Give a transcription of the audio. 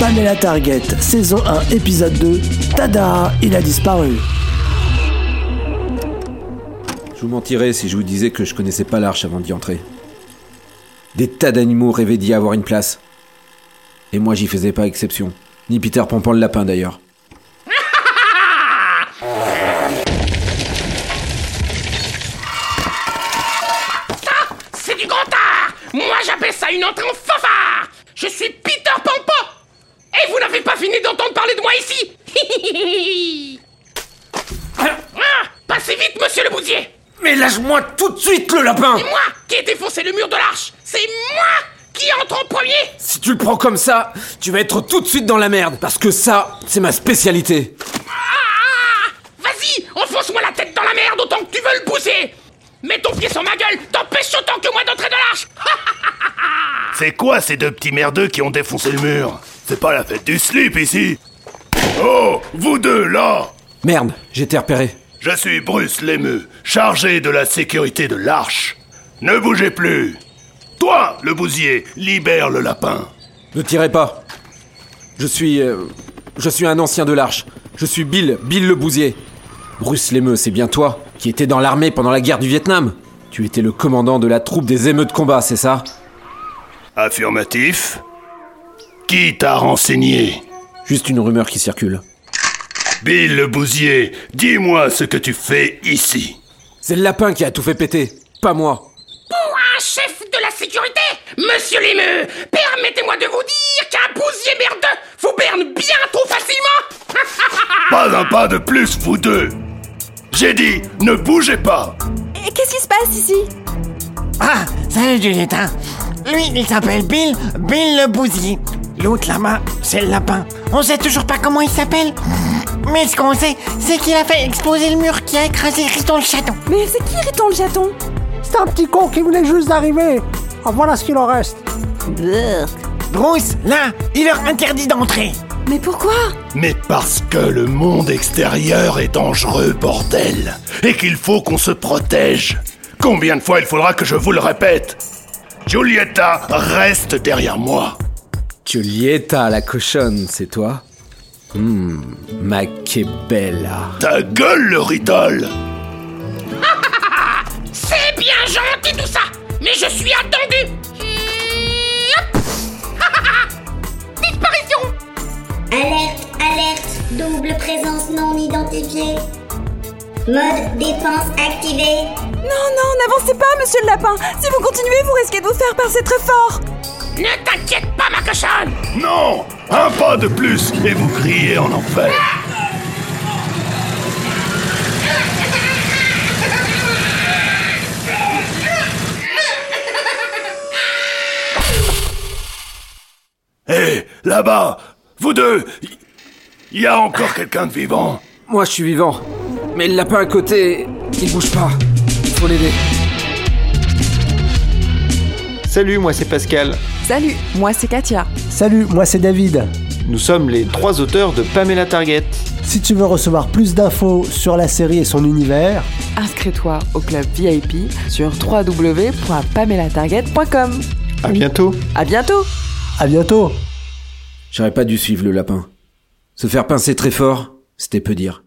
Pamela Target, saison 1, épisode 2. Tada Il a disparu. Je vous mentirais si je vous disais que je connaissais pas l'arche avant d'y entrer. Des tas d'animaux rêvaient d'y avoir une place. Et moi, j'y faisais pas exception. Ni Peter Pompant le lapin d'ailleurs. C'est du grand art Moi j'appelle ça une entrée en fanfare Je suis Peter Pampan Et vous n'avez pas fini d'entendre parler de moi ici Ah, Passez vite, monsieur le bousier Mais lâche-moi tout de suite le lapin Moi qui ai défoncé le mur de l'arche C'est moi qui entre en premier Si tu le prends comme ça, tu vas être tout de suite dans la merde Parce que ça, c'est ma spécialité Ah Vas-y, enfonce-moi la tête dans la merde autant que tu veux le bousier Mets ton pied sur ma gueule, t'empêche autant que moi d'entrer dans l'arche C'est quoi ces deux petits merdeux qui ont défoncé le mur C'est pas la fête du slip ici Oh, vous deux là Merde, j'étais repéré. Je suis Bruce Lému, chargé de la sécurité de l'arche. Ne bougez plus Toi, le bousier, libère le lapin Ne tirez pas. Je suis. euh, je suis un ancien de l'Arche. Je suis Bill, Bill le Bousier. Bruce Lémeux, c'est bien toi, qui étais dans l'armée pendant la guerre du Vietnam. Tu étais le commandant de la troupe des émeutes de combat, c'est ça Affirmatif Qui t'a renseigné Juste une rumeur qui circule. Bill le bousier, dis-moi ce que tu fais ici. C'est le lapin qui a tout fait péter, pas moi. Pour un chef de la sécurité Monsieur Lémeux, permettez-moi de vous dire qu'un bousier merdeux vous berne bien trop facilement Pas un pas de plus, vous deux J'ai dit, ne bougez pas Et qu'est-ce qui se passe ici Ah, salut Julietta. Lui, il s'appelle Bill, Bill le bousier. L'autre là-bas, c'est le lapin. On sait toujours pas comment il s'appelle. Mais ce qu'on sait, c'est qu'il a fait exploser le mur qui a écrasé Riston le chaton. Mais c'est qui Riton le chaton C'est un petit con qui voulait juste d'arriver. Ah, voilà ce qu'il en reste. Bruce, là, il leur interdit d'entrer. Mais pourquoi Mais parce que le monde extérieur est dangereux, bordel Et qu'il faut qu'on se protège Combien de fois il faudra que je vous le répète Giulietta, reste derrière moi Giulietta, la cochonne, c'est toi Hmm, ma que bella. Ta gueule, le ritol C'est bien gentil tout ça, mais je suis attendu Et hop Disparition Alerte, alerte, double présence non identifiée. Mode défense activé. Non, non, n'avancez pas, monsieur le lapin Si vous continuez, vous risquez de vous faire percer très fort Ne t'inquiète pas ma cochonne Non Un pas de plus et vous criez en enfer Hé, Eh, là-bas Vous deux Il y a encore quelqu'un de vivant Moi, je suis vivant. Mais le lapin à côté, il bouge pas. Faut l'aider. Salut, moi c'est Pascal. Salut, moi c'est Katia. Salut, moi c'est David. Nous sommes les trois auteurs de Pamela Target. Si tu veux recevoir plus d'infos sur la série et son univers, Inscris-toi au club VIP sur www.pamelatarget.com. À bientôt. À bientôt. à bientôt J'aurais pas dû suivre le lapin. Se faire pincer très fort, c'était peu dire.